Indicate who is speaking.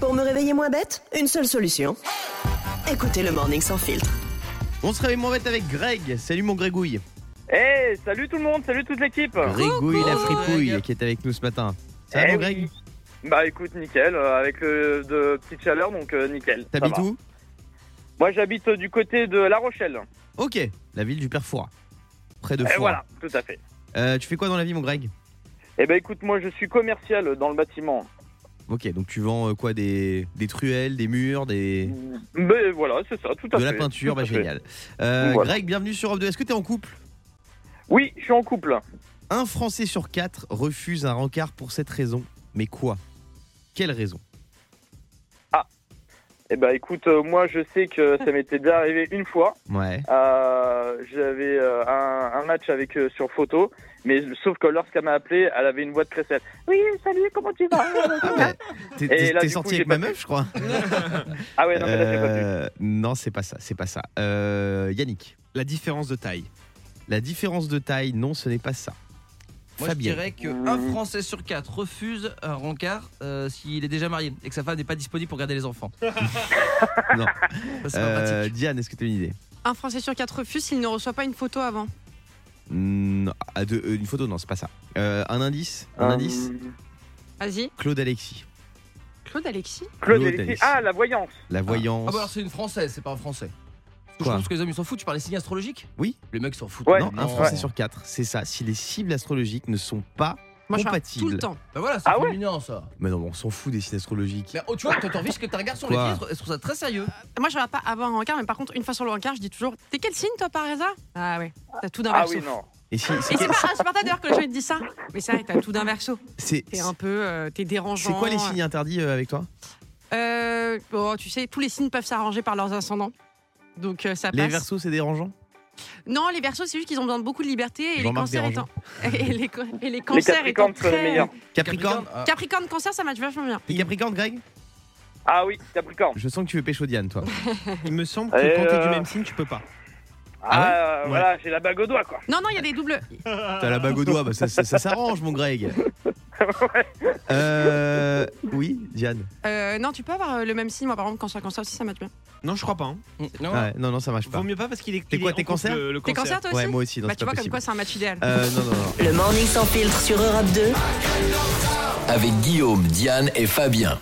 Speaker 1: Pour me réveiller moins bête, une seule solution. Écoutez le Morning sans filtre.
Speaker 2: On se réveille moins bête avec Greg. Salut mon Grégouille.
Speaker 3: Eh, salut tout le monde, salut toute l'équipe.
Speaker 2: Grégouille la fripouille qui est avec nous ce matin. Ça va mon
Speaker 3: Eh oui.
Speaker 2: Greg
Speaker 3: Bah écoute, nickel, euh, avec le de petite chaleur, donc euh, nickel. ça
Speaker 2: T'habites
Speaker 3: va.
Speaker 2: où
Speaker 3: Moi j'habite euh, du côté de La Rochelle.
Speaker 2: Ok, la ville du Père Fouras. Près de
Speaker 3: Et
Speaker 2: Foix.
Speaker 3: Eh, voilà, tout à fait.
Speaker 2: Euh, tu fais quoi dans la vie mon Greg
Speaker 3: Eh ben écoute, moi je suis commercial dans le bâtiment.
Speaker 2: Ok, donc tu vends euh, quoi des, des truelles, des murs, des...
Speaker 3: Ben voilà, c'est ça, tout
Speaker 2: de
Speaker 3: à fait.
Speaker 2: la peinture,
Speaker 3: tout à
Speaker 2: bah
Speaker 3: fait.
Speaker 2: génial. Euh,
Speaker 3: Voilà.
Speaker 2: Greg, bienvenue sur Europe 2. Est-ce que t'es en couple
Speaker 3: Oui, je suis en couple.
Speaker 2: Un Français sur quatre refuse un rencard pour cette raison. Mais quoi Quelle raison
Speaker 3: Eh ben écoute, euh, moi je sais que ça m'était déjà arrivé une fois.
Speaker 2: Ouais.
Speaker 3: Euh, J'avais euh, un, un match avec euh, sur photo, mais sauf que lorsqu'elle m'a appelé, elle avait une voix de crécelle. Oui, salut, comment tu vas
Speaker 2: Ah ouais. T'es-
Speaker 3: Et
Speaker 2: T'es
Speaker 3: là,
Speaker 2: t'es
Speaker 3: du coup,
Speaker 2: sorti
Speaker 3: j'ai
Speaker 2: avec
Speaker 3: pas
Speaker 2: ma meuf, je crois.
Speaker 3: Ah ouais, non mais là j'ai pas pu.
Speaker 2: Euh, non, c'est pas ça, c'est pas ça. Euh, Yannick. La différence de taille. La différence de taille, non, ce n'est pas ça.
Speaker 4: Moi,
Speaker 2: Fabien.
Speaker 4: je dirais
Speaker 3: Mmh.
Speaker 4: qu'un Français sur quatre refuse un rencard euh, s'il est déjà marié et que sa femme n'est pas disponible pour garder les enfants.
Speaker 2: Non.
Speaker 4: Ça, c'est pas
Speaker 2: Euh,
Speaker 4: pratique. Ah bah
Speaker 2: Diane, est-ce que tu as une idée
Speaker 5: Un Français sur quatre refuse s'il ne reçoit pas une photo avant.
Speaker 2: Non, à deux- euh, Une photo, non, c'est pas ça. Euh, un indice Un
Speaker 3: Euh,
Speaker 2: indice
Speaker 5: Vas-y,
Speaker 2: Claude Alexis.
Speaker 5: Claude Alexis.
Speaker 3: Claude
Speaker 2: Claude
Speaker 3: Alexis.
Speaker 2: Alexis.
Speaker 3: Ah, la voyance.
Speaker 2: La
Speaker 4: Ah
Speaker 2: voyance.
Speaker 4: bah alors c'est une Française, c'est pas un Français. Parce que
Speaker 2: Quoi
Speaker 4: je pense que les hommes ils s'en foutent, tu parles des signes astrologiques
Speaker 2: Oui.
Speaker 4: Les mecs s'en foutent.
Speaker 3: Ouais.
Speaker 2: non, un
Speaker 4: Non.
Speaker 2: Français sur quatre, c'est ça. Si les cibles astrologiques ne sont pas
Speaker 5: Moi, je parle tout
Speaker 2: compatibles.
Speaker 5: le temps.
Speaker 4: Bah voilà, c'est
Speaker 3: Ah ouais
Speaker 4: féminin ça.
Speaker 2: Mais non, mais on s'en fout des signes astrologiques.
Speaker 4: Mais oh, tu vois, t'en envie ce que t'as regardé sur
Speaker 2: Quoi
Speaker 4: les filles, je trouve ça très sérieux.
Speaker 5: Moi, je regarde pas avant un rencard, mais par contre, une fois sur le rencard, je dis toujours T'es quel signe, toi, par hasard Ah ouais, t'as tout d'un
Speaker 3: Ah
Speaker 5: verso.
Speaker 3: oui, non.
Speaker 2: Et si- c'est
Speaker 5: Et c'est pas insupportable d'ailleurs que les gens ils te disent ça. Mais c'est vrai, t'as tout d'un verso.
Speaker 2: c'est-
Speaker 5: T'es un peu. euh, T'es dérangeant.
Speaker 2: c'est quoi les signes interdits euh, avec toi
Speaker 5: Euh, bon, tu sais, tous les signes peuvent s'arranger par leurs ascendants. Donc euh, ça passe.
Speaker 2: Les versos, c'est dérangeant
Speaker 5: Non, les versos, c'est juste qu'ils ont besoin de beaucoup de liberté et les
Speaker 2: Jean-Marc
Speaker 5: cancers étant.
Speaker 2: Béranger.
Speaker 5: Et les, co- et les
Speaker 3: Les
Speaker 5: cancers étant
Speaker 3: Capricornes sont les
Speaker 5: très. euh,
Speaker 3: meilleurs.
Speaker 2: Capricorne
Speaker 4: ah,
Speaker 5: Capricorne, cancer, ça match vachement bien.
Speaker 2: T'es Capricorne, Greg
Speaker 3: Ah oui, Capricorne.
Speaker 2: Je sens que tu veux pécho Diane, toi.
Speaker 6: Il me semble que
Speaker 3: Et
Speaker 6: quand t'es
Speaker 3: euh,
Speaker 6: du même signe, tu peux pas.
Speaker 3: Ah, euh,
Speaker 2: ouais
Speaker 3: voilà, j'ai la bague au doigt, quoi.
Speaker 5: Non, non, il y a des doubles.
Speaker 2: T'as la bague au doigt, bah, ça, ça- ça s'arrange, mon Greg. Euh, oui, Diane.
Speaker 5: Euh, non, tu peux avoir euh, le même signe. Moi, par exemple, cancer, cancer aussi, ça match bien.
Speaker 6: Non, je crois pas. hein.
Speaker 4: mm, Non,
Speaker 2: Ouais, non, non, ça marche pas.
Speaker 6: Vaut mieux pas parce qu'il est.
Speaker 2: T'es
Speaker 6: il
Speaker 2: quoi,
Speaker 6: est en
Speaker 2: t'es
Speaker 6: couple,
Speaker 2: cancer
Speaker 6: le, le
Speaker 5: T'es cancer, toi aussi
Speaker 2: Ouais, moi aussi, non,
Speaker 5: Bah,
Speaker 2: c'est
Speaker 5: tu
Speaker 2: pas
Speaker 5: vois,
Speaker 2: possible.
Speaker 5: comme quoi, c'est un match idéal.
Speaker 2: Euh, non, non, non.
Speaker 1: Le Morning sans filtre sur Europe 2.
Speaker 7: Avec Guillaume, Diane et Fabien.